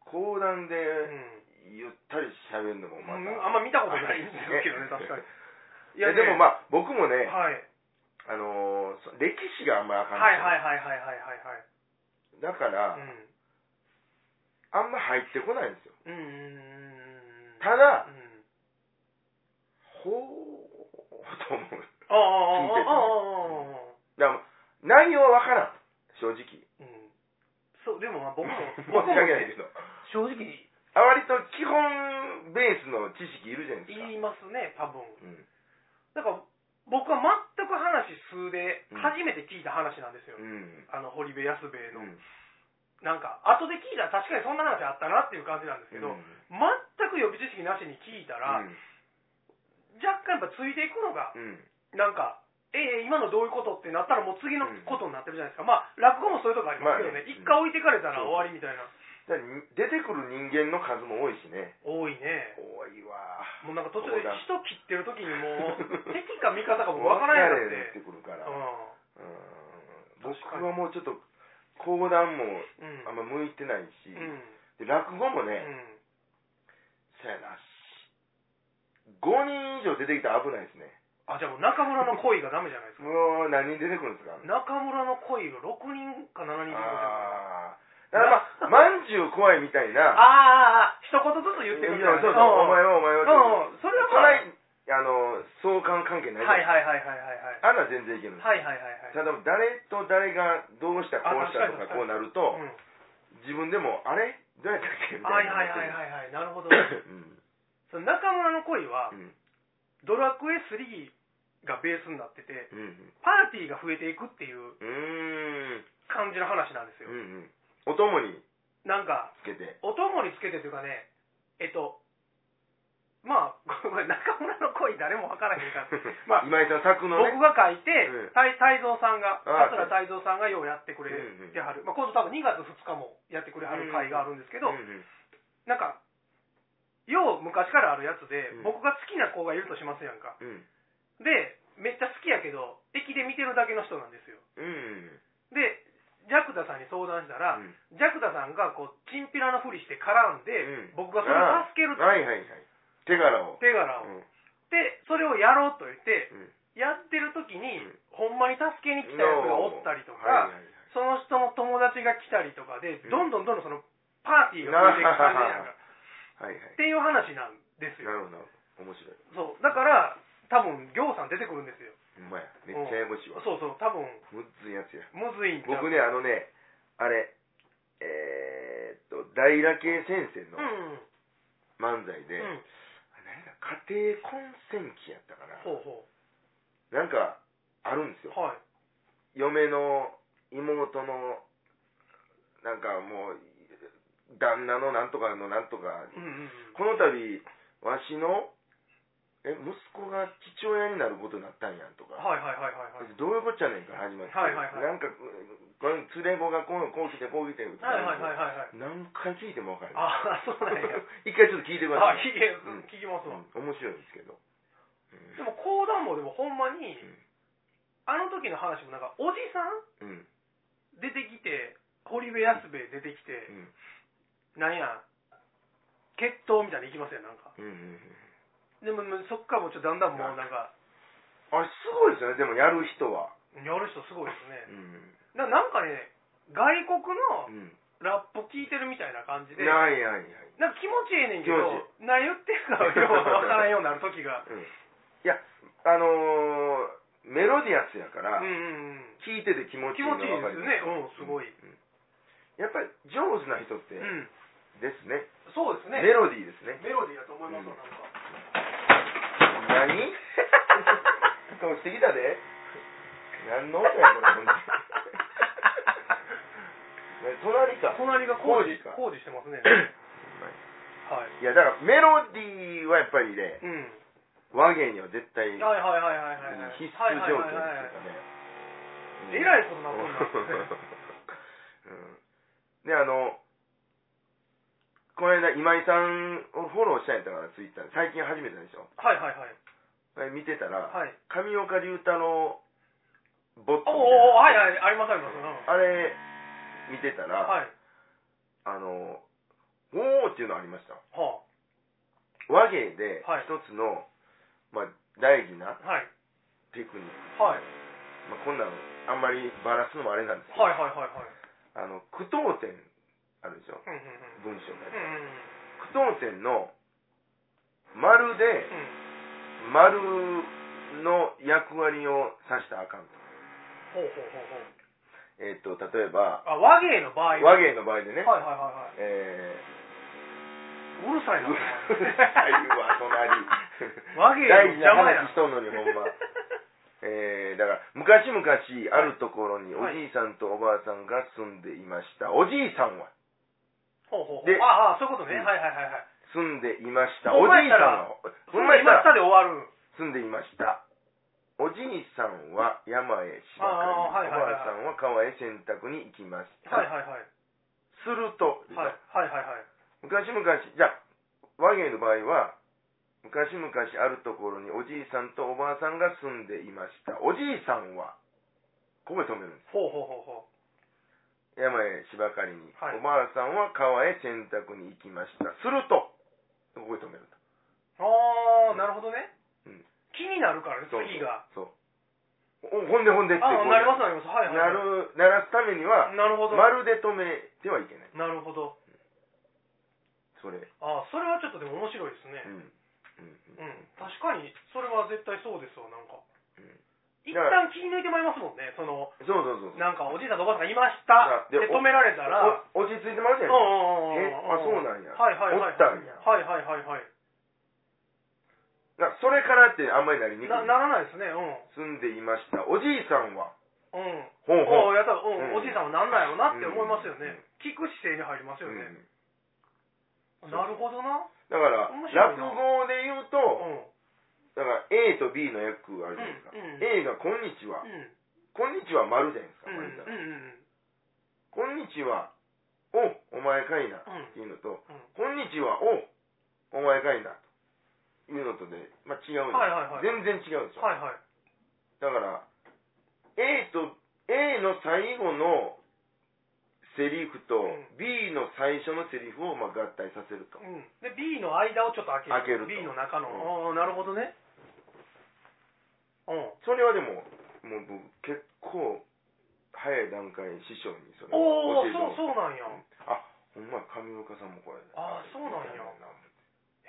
Speaker 1: 講談で
Speaker 2: う
Speaker 1: ゆったり喋るのもま
Speaker 2: ん、
Speaker 1: た
Speaker 2: あんま見たことないんですけ どね、確かに。
Speaker 1: いやでも
Speaker 2: あ、
Speaker 1: まあ僕もね
Speaker 2: はい、
Speaker 1: あのーそ歴史があんまりあかん
Speaker 2: はいはいいはいはいはいは
Speaker 1: だから
Speaker 2: いはい。
Speaker 1: あんま入ってこないんですよ
Speaker 2: うん。うん。
Speaker 1: ただ
Speaker 2: うん、
Speaker 1: ほうと思う
Speaker 2: ああ、ああ、ああ、ああ、あ
Speaker 1: 内容はわからん、正直。
Speaker 2: うん、そうでもまあ僕も
Speaker 1: 申し
Speaker 2: 僕も
Speaker 1: 訳ないけど。
Speaker 2: 正直言
Speaker 1: あ割と基本ベースの知識いるじゃないですか。
Speaker 2: いますね多分
Speaker 1: うん
Speaker 2: だから僕は全く話数で
Speaker 1: うん
Speaker 2: 初めて聞いた話なんですよ、
Speaker 1: うん。
Speaker 2: あの堀部安兵衛
Speaker 1: う
Speaker 2: の、
Speaker 1: ん。
Speaker 2: なんか後で聞いたら確かにそんな話あったなっていう感じなんですけど、
Speaker 1: うん
Speaker 2: 全く予備知識なしに聞いたら、若干やっぱついていくのが
Speaker 1: うん。うん。
Speaker 2: なんか、ええ今のどういうことってなったら、もう次のことになってるじゃないですか、まあ、落語もそういうとこありますけど
Speaker 1: まあ
Speaker 2: ね、
Speaker 1: ね
Speaker 2: 一、回置いてかれたら終わりみたいな、
Speaker 1: だからに出てくる人間の数も多いしね。
Speaker 2: 多いね、
Speaker 1: 多いわ。
Speaker 2: もうなんか途中で
Speaker 1: そうだ
Speaker 2: 人切ってる時に、も う、敵か味方かもわからないな
Speaker 1: 分
Speaker 2: っ
Speaker 1: かれへん
Speaker 2: て
Speaker 1: なってくるか
Speaker 2: う
Speaker 1: ら。
Speaker 2: ん
Speaker 1: うん僕はもうちょっと講談も
Speaker 2: うん
Speaker 1: あんま向いてないし、
Speaker 2: うん
Speaker 1: で落語も
Speaker 2: う
Speaker 1: ね、
Speaker 2: ん
Speaker 1: そやな、5人以上出てきたら危ないですね。
Speaker 2: あじゃあもう中村の恋がダメじゃないですか、
Speaker 1: もう何人出てくるんですか
Speaker 2: 中村の恋が6人か7人出てくるじゃない
Speaker 1: ああ。だからまあ、まんじゅう怖いみたいな、
Speaker 2: あーあー、あー一言ずつ言ってくる
Speaker 1: そうそう、お前はお前はって。
Speaker 2: うん、それは
Speaker 1: そんな
Speaker 2: まあ、
Speaker 1: にあの、相関関係ない
Speaker 2: はいはい
Speaker 1: い。
Speaker 2: はいは
Speaker 1: あん
Speaker 2: いはいはい。
Speaker 1: なん全然いけるんです。
Speaker 2: はいはいはいはい。
Speaker 1: ただ、誰と誰がどうした、こうしたと
Speaker 2: あ確か
Speaker 1: かこう
Speaker 2: に確かに
Speaker 1: なると、
Speaker 2: うん
Speaker 1: 自分でも、あれどうやったっけみた
Speaker 2: は
Speaker 1: い
Speaker 2: い
Speaker 1: な。
Speaker 2: はいはいはいはいなるほど
Speaker 1: うん
Speaker 2: その中村の恋は
Speaker 1: うん
Speaker 2: ドラクエ3がベースになってて
Speaker 1: うん
Speaker 2: パーティーが増えていくっていう
Speaker 1: うんうん
Speaker 2: 感じの話なんですよ、
Speaker 1: うんうんお供に
Speaker 2: なんか
Speaker 1: つけて
Speaker 2: お供につけてというかねえっとまあ これ中村の恋誰もわからへんからまあ
Speaker 1: 今井さん作のね
Speaker 2: 僕が書いて、
Speaker 1: うん
Speaker 2: たい太蔵さんが
Speaker 1: ああ
Speaker 2: 桂太蔵さんがようやってくれ
Speaker 1: うんうん
Speaker 2: てはる、まあ、今度多分2月2日もやってくれはる会があるんですけど、
Speaker 1: うんうん
Speaker 2: なんかよう昔からあるやつで、
Speaker 1: うん
Speaker 2: 僕が好きな子がいるとしますやんか
Speaker 1: うん
Speaker 2: でめっちゃ好きやけど駅で見てるだけの人なんですよ
Speaker 1: うんうん
Speaker 2: でジャクダさんに相談したら、ジャクダさんがこうチンピラのふりして絡んで、
Speaker 1: うん
Speaker 2: 僕がそれを助ける
Speaker 1: うんはいはいはい手柄を
Speaker 2: 手柄を、でそれをやろうと言ってやってる時に、
Speaker 1: うん
Speaker 2: ほんまに助けに来たやつがおったりとか、その人の友達が来たりとかで、
Speaker 1: うん
Speaker 2: どんどんどんどんそのパーティーが増えていく感 じやんか
Speaker 1: はいはい
Speaker 2: っていう話なんです
Speaker 1: な
Speaker 2: よ
Speaker 1: るほどなるほど面白い
Speaker 2: そうだから多分行さん出てくるんですよ
Speaker 1: ほんまやめっちゃややこしいわ
Speaker 2: そうそう多分
Speaker 1: むっついやつや
Speaker 2: むずいんちゃう
Speaker 1: 僕ねあのねあれえーっと大羅系先生の
Speaker 2: うんうん
Speaker 1: 漫才で
Speaker 2: うん
Speaker 1: 何だ家庭混戦期やったかな
Speaker 2: ほうほ
Speaker 1: なんかあるんです
Speaker 2: う
Speaker 1: よ
Speaker 2: はい
Speaker 1: 嫁の妹のなんかもう旦那のなんとかのなんとか
Speaker 2: うんうんうん
Speaker 1: この度わしのえ息子が父親になることになったんやんとか、
Speaker 2: はいはいはいはいはい
Speaker 1: どういうこっちゃねんから始まって、
Speaker 2: はいはいはい
Speaker 1: なんかこれ連れ子がこうこう来てこう来て
Speaker 2: はいはいはいはいはい
Speaker 1: 何回聞いても分かる
Speaker 2: ああそうなんや
Speaker 1: 一回ちょっと聞いてくださ
Speaker 2: あ
Speaker 1: い、
Speaker 2: 聞け
Speaker 1: うん
Speaker 2: 聞きます
Speaker 1: う
Speaker 2: わ、
Speaker 1: ん面白いんですけど、
Speaker 2: でも講談もでもほんまに、
Speaker 1: ん
Speaker 2: あの時の話もなんかおじさん
Speaker 1: うんうん
Speaker 2: 出てきて堀部安兵衛出てき
Speaker 1: う
Speaker 2: て、
Speaker 1: ん
Speaker 2: なんや決闘みたいに行きますよなんか
Speaker 1: うんうんうん
Speaker 2: でももうそっからもうちょっとだんだんもうなんか
Speaker 1: あれすごいですよねでもやる人は
Speaker 2: やる人すごいです
Speaker 1: う
Speaker 2: ね
Speaker 1: ん
Speaker 2: ななんかね外国の
Speaker 1: うん
Speaker 2: ラップ聴いてるみたいな感じで
Speaker 1: ないないない
Speaker 2: なんか気持ちええねんけど
Speaker 1: 気持
Speaker 2: 何言ってるかようわからんようになる時が
Speaker 1: うんいや、あのーメロディアスやか
Speaker 2: う
Speaker 1: ら、
Speaker 2: んうんうん
Speaker 1: 聞いてて気持ちい
Speaker 2: 気
Speaker 1: い
Speaker 2: 持
Speaker 1: の
Speaker 2: ちいい
Speaker 1: が
Speaker 2: です
Speaker 1: 分
Speaker 2: よ
Speaker 1: かり
Speaker 2: ねうんすご
Speaker 1: ま
Speaker 2: い、
Speaker 1: すやっぱり上手な人って、
Speaker 2: うん、
Speaker 1: ですね
Speaker 2: そうですね
Speaker 1: メロディーですね。
Speaker 2: メロディーだと思いますわなんか
Speaker 1: 何そうしてきたで。何の音やこれ、ほんで 隣か。
Speaker 2: 隣が工
Speaker 1: 工
Speaker 2: 事
Speaker 1: 事か
Speaker 2: 工事してますねは い
Speaker 1: いや、だからメロディーはやっぱりね、
Speaker 2: うん
Speaker 1: 和芸には絶対必須条
Speaker 2: はいはいはいはいはいはい。
Speaker 1: 件っていう
Speaker 2: はいはいは
Speaker 1: か
Speaker 2: いはい
Speaker 1: ね。うん
Speaker 2: えらいことなことになって る
Speaker 1: うん、であのこの間今井さんをフォローしたんやったからツイッターで最近始めたでしょ
Speaker 2: はいはいはい。
Speaker 1: あれ見てたら、
Speaker 2: はい。
Speaker 1: 上岡龍太郎ボット
Speaker 2: お
Speaker 1: み
Speaker 2: おおはい
Speaker 1: たいな
Speaker 2: はい、ありますあります。うん
Speaker 1: あれ見てたら、
Speaker 2: はい。
Speaker 1: あのおーっていうのありました
Speaker 2: は
Speaker 1: 和芸で
Speaker 2: はい
Speaker 1: 一つの、まあ、大事な
Speaker 2: あ。はい。
Speaker 1: テクニック、
Speaker 2: はい。
Speaker 1: まあ、こんなのあんまりバラすのもあれなんですけど、
Speaker 2: はいはいはいはい。
Speaker 1: あの句読点あるでしょ
Speaker 2: うんうんうん。うんうん
Speaker 1: 文章が
Speaker 2: うん。
Speaker 1: 句読点の丸で
Speaker 2: うん
Speaker 1: 丸の役割を指したらあかんと
Speaker 2: ほうほうほうほう。
Speaker 1: えっと、例えば、
Speaker 2: あ、和芸の場合
Speaker 1: 和
Speaker 2: 芸
Speaker 1: 芸の場合でね、
Speaker 2: はいはいはいはい。
Speaker 1: え
Speaker 2: うるさ
Speaker 1: ー、
Speaker 2: い
Speaker 1: う
Speaker 2: な。
Speaker 1: るさいわ、隣。
Speaker 2: 和芸
Speaker 1: 大
Speaker 2: の
Speaker 1: 事
Speaker 2: 邪
Speaker 1: な
Speaker 2: 魔や
Speaker 1: 話しとんのに、ほんま。えー、だから、昔々あるところにお
Speaker 2: はい
Speaker 1: じいさんとおばあさんが住んでいました。おじいさんは
Speaker 2: ほうほうほう
Speaker 1: で
Speaker 2: ああ、そういうことね。
Speaker 1: うん
Speaker 2: はいはいはいはい。
Speaker 1: 住んでいました。お
Speaker 2: ほんま
Speaker 1: じ
Speaker 2: や
Speaker 1: い
Speaker 2: っ
Speaker 1: さ
Speaker 2: た
Speaker 1: ん
Speaker 2: ら
Speaker 1: は、
Speaker 2: そんな今下で終わる。
Speaker 1: 住んでいましたおじいさんは山へ芝
Speaker 2: あーは
Speaker 1: 刈り、
Speaker 2: いはいはい
Speaker 1: おばあさんは川へ洗濯に行きました、
Speaker 2: はいはいはい。
Speaker 1: すると、
Speaker 2: はいはいはいはい。
Speaker 1: 昔々じゃあ和芸の場合は昔々あるところにおじいさんとおばあさんが住んでいましたおじいさんはここで止めるんで
Speaker 2: ほうほうほうほう。
Speaker 1: す山へ芝刈りに、
Speaker 2: はい
Speaker 1: おばあさんは川へ洗濯に行きましたするとここで止めるんだ
Speaker 2: ああ、なるほどね
Speaker 1: うん。
Speaker 2: 気になるからね、
Speaker 1: そう
Speaker 2: 次が。
Speaker 1: そうおほんでほんでって
Speaker 2: ああ、
Speaker 1: こう
Speaker 2: なりますなります。はいはい
Speaker 1: な
Speaker 2: はい。
Speaker 1: る鳴らすためには
Speaker 2: なるほど。
Speaker 1: まるで止めてはいけない。
Speaker 2: なるほど。
Speaker 1: それ。うん。
Speaker 2: ああ、それはちょっとでも面白いですね。
Speaker 1: うん。
Speaker 2: うん、確かにそれは絶対そうですわなんか、
Speaker 1: うん
Speaker 2: 一
Speaker 1: だから
Speaker 2: 旦気に抜いてまいりますもんねその
Speaker 1: そうそうそうそう。
Speaker 2: なんかおじいさんとおばあさんがいました
Speaker 1: いや
Speaker 2: で
Speaker 1: で
Speaker 2: 止められたら
Speaker 1: お落ち着いてもらうじゃない
Speaker 2: うんうんうん
Speaker 1: えあそうなんや
Speaker 2: はいはいは
Speaker 1: お
Speaker 2: い
Speaker 1: ったんや
Speaker 2: はいはいはいはい
Speaker 1: なそれからってあんまりなりにくい。
Speaker 2: なならないですねうん
Speaker 1: 住んでいました。おじいさんは、
Speaker 2: うん
Speaker 1: ほんほ
Speaker 2: お
Speaker 1: ん。
Speaker 2: うやったら、う
Speaker 1: うん
Speaker 2: んおじいさんはなんなんやろうなって思いますよね、
Speaker 1: うん
Speaker 2: 聞く姿勢に入ります
Speaker 1: う
Speaker 2: よ
Speaker 1: んん
Speaker 2: ね、なるほどなう
Speaker 1: だから、
Speaker 2: 面白
Speaker 1: 落
Speaker 2: いな
Speaker 1: 語で言うと、
Speaker 2: ん
Speaker 1: だから A と B の役あるじゃないですか。
Speaker 2: うんうん
Speaker 1: A がこんにちは。
Speaker 2: うん
Speaker 1: こんにちは丸じゃないですか
Speaker 2: う、ん
Speaker 1: 丸
Speaker 2: うん
Speaker 1: 太
Speaker 2: う
Speaker 1: こ
Speaker 2: ん
Speaker 1: んにちは、お、お前かいな。
Speaker 2: うん
Speaker 1: っていうのと、
Speaker 2: うん
Speaker 1: こんにちは、お、お前かいな。というのとで、まあ違うじゃない
Speaker 2: はいはいはい
Speaker 1: 全然違うでしょ。
Speaker 2: はいはい
Speaker 1: だから、A と、A の最後のセリフと、
Speaker 2: うん
Speaker 1: B の最初のセリフをまあ合体させると。
Speaker 2: うん、で B の間をちょっと開け
Speaker 1: 開ける
Speaker 2: る
Speaker 1: と
Speaker 2: B の中の、
Speaker 1: う
Speaker 2: ああなるほどねうん
Speaker 1: それはでも、もう僕結構早い段階に師匠にそれ
Speaker 2: おお
Speaker 1: を教え
Speaker 2: そ
Speaker 1: ても
Speaker 2: う
Speaker 1: らった
Speaker 2: そうなんやへ
Speaker 1: あ、ほんまや上岡さんもこれ。
Speaker 2: あーそうなんや
Speaker 1: みたい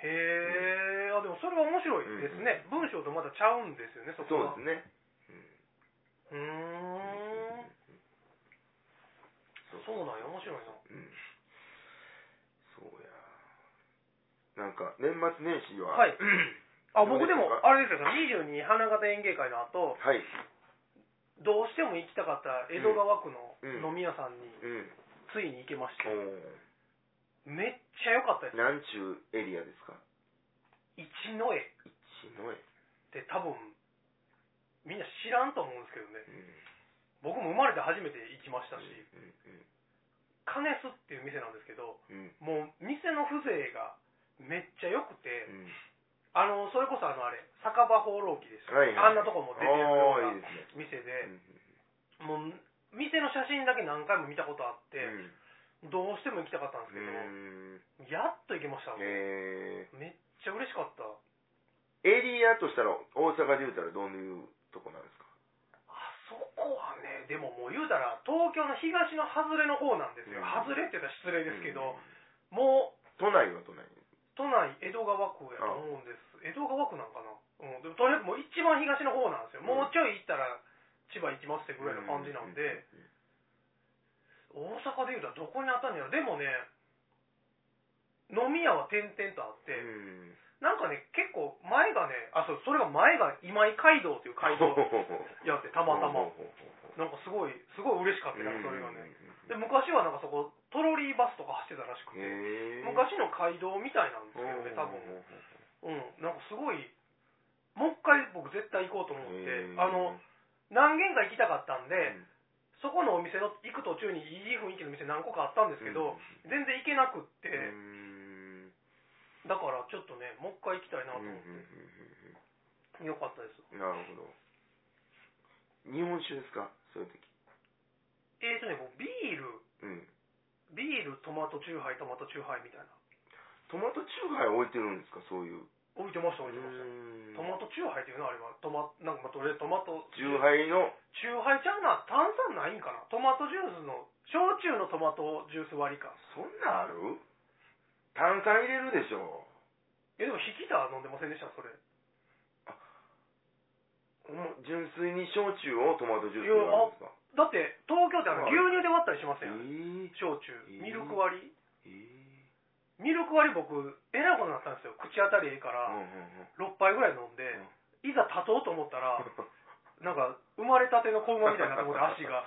Speaker 2: え、あでもそれは面白いですね、文章とまたちゃうんですよねそ
Speaker 1: そう
Speaker 2: こが
Speaker 1: ですね。
Speaker 2: うーん
Speaker 1: そう
Speaker 2: そうなんや面白いな
Speaker 1: うんそうや。なんか、年末年始は、
Speaker 2: はい あ
Speaker 1: どうで
Speaker 2: 僕です
Speaker 1: か
Speaker 2: もあれですよ22花形演芸会の後
Speaker 1: はい。
Speaker 2: どうしても行きたかった江戸川
Speaker 1: う
Speaker 2: 区
Speaker 1: ん
Speaker 2: の飲み屋さんに
Speaker 1: うん。
Speaker 2: ついに行けまし
Speaker 1: お
Speaker 2: て、めっちゃ良かった
Speaker 1: ー
Speaker 2: で
Speaker 1: なんちゅうエリアですか
Speaker 2: す一の江
Speaker 1: 一の江。
Speaker 2: って多分みんな知らんと思うんですけどね
Speaker 1: うん
Speaker 2: 僕も生まれて初めて行きましたし
Speaker 1: う
Speaker 2: カネスっていう店なんですけど
Speaker 1: んうんうん
Speaker 2: もう店の風情がめっちゃ良くて、あのそれこそあのあれ酒場放浪記ですよ、
Speaker 1: はいはい
Speaker 2: あんなとこも出てる
Speaker 1: あ
Speaker 2: よ
Speaker 1: あ
Speaker 2: う
Speaker 1: いい
Speaker 2: な
Speaker 1: ですね
Speaker 2: 店で、もう店の写真だけ何回も見たことあって、どうしても行きたかったんです
Speaker 1: うんうん
Speaker 2: けど、やっと行けました、
Speaker 1: え
Speaker 2: めっちゃ嬉しかった
Speaker 1: ーエリアとしたら大阪で言うたらどういうとこなんですか
Speaker 2: あそこはねでももう言うたら東京の東の外れの方なんです
Speaker 1: う
Speaker 2: よ、
Speaker 1: ん
Speaker 2: 外れって言ったら失礼です
Speaker 1: うん
Speaker 2: けど、もう
Speaker 1: 都内は都内
Speaker 2: 都内江戸川区やと思うんです江戸川区なんかな、うん、でもとにかくもう一番東の方なんですよ、もうちょい行ったら千葉行きますってぐらいの感じなんで、大阪でいうとどこにあったんやろでもね飲み屋は点々とあって、
Speaker 1: うん
Speaker 2: なんかね結構前がねあそうそれが前が今井街道という街道やってたまたまなんかすごいすごい嬉しかったなんかそれがねで昔はなんかそこトロリーバスとか走ってたらしくて
Speaker 1: え
Speaker 2: 昔の街道みたいなんですけどね多分うん、なんかすごい、もう一回僕絶対行こうと思って、あの、何軒か行きたかったんで、そこのお店の行く途中にいい雰囲気の店何個かあったんですけど、全然行けなくって、だからちょっとね、もう一回行きたいなと思って、よかったです。
Speaker 1: なるほど日本酒ですかそういう時
Speaker 2: えーとね、こうビー
Speaker 1: う
Speaker 2: ル、
Speaker 1: ん
Speaker 2: ビール、トマトチューハイ、トマトチューハイみたいな。
Speaker 1: トマトチューハイ置いてるんですかそういう
Speaker 2: 置いてました、置いてました。トマトチューハイっていうのはあれは、トマ、なんかまあとりあえずトマト、
Speaker 1: チューハイの
Speaker 2: チューハイちゃうな、炭酸ないんかな。トマトジュースの、焼酎のトマトジュース割りか。
Speaker 1: そんなんある炭酸入れるでしょ
Speaker 2: えでも引きた飲んでませんでしたそれ
Speaker 1: うほんま純粋に焼酎をトマトジュースになるんですか
Speaker 2: だって東京ってあ
Speaker 1: はい
Speaker 2: の牛乳で割ったりしま
Speaker 1: え
Speaker 2: せんよ、
Speaker 1: ー、
Speaker 2: 焼酎
Speaker 1: え
Speaker 2: ミルク割り
Speaker 1: え
Speaker 2: ミルク割り僕えらいことになったんですよ口当たりええ
Speaker 1: ー、
Speaker 2: か
Speaker 1: うんうんうん
Speaker 2: ら、6杯ぐらい飲んで、いざ立とうと思ったらなんか生まれたての子馬みたいになと思って足が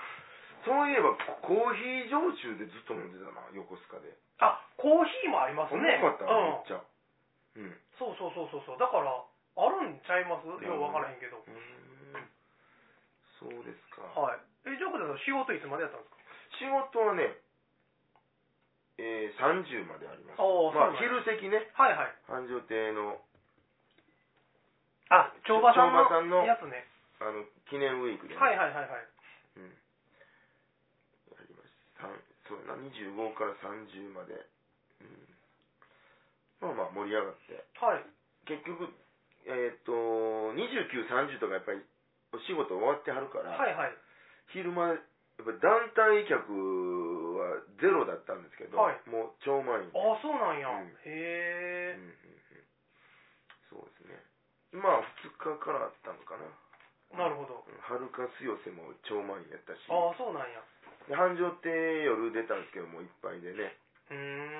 Speaker 1: そういえばコーヒー焼酎でずっと飲んでたな横須賀で
Speaker 2: あコーヒーもあります
Speaker 1: う
Speaker 2: ね
Speaker 1: まかったなめ
Speaker 2: うん
Speaker 1: っちゃうん
Speaker 2: そうそうそうそうそうだからあるんちゃいますよう分からへんけど、
Speaker 1: そうですか、
Speaker 2: はいえジョークさんの仕事いつまでやったんですか
Speaker 1: 仕事はね、えー、30まであります
Speaker 2: おー
Speaker 1: まあ
Speaker 2: そうなんや
Speaker 1: 昼席ね
Speaker 2: はいはい
Speaker 1: 繁盛亭の
Speaker 2: あ
Speaker 1: ちょ
Speaker 2: 帳場さん
Speaker 1: 帳場さんの
Speaker 2: のやつね
Speaker 1: あの記念ウィークでね、
Speaker 2: はいはいはいはい
Speaker 1: うん、やりましたさんそうやな25から30まで、うん、まあまあ盛り上がって
Speaker 2: はい
Speaker 1: 結局えーっ、と2930とかやっぱりお仕事終わってはるから、
Speaker 2: はいはい
Speaker 1: 昼間やっぱ団体客はゼロだったんですけど、
Speaker 2: はい
Speaker 1: もう超満員で
Speaker 2: ああそうなんや、
Speaker 1: うん
Speaker 2: へえ、
Speaker 1: うんうんうんそうですねまあ2日からあったのかな
Speaker 2: なるほど
Speaker 1: うん春かす寄せも超満員やったし
Speaker 2: ああそうなんや
Speaker 1: で繁盛亭夜出たんですけどもういっぱいでね
Speaker 2: うー
Speaker 1: うん
Speaker 2: ん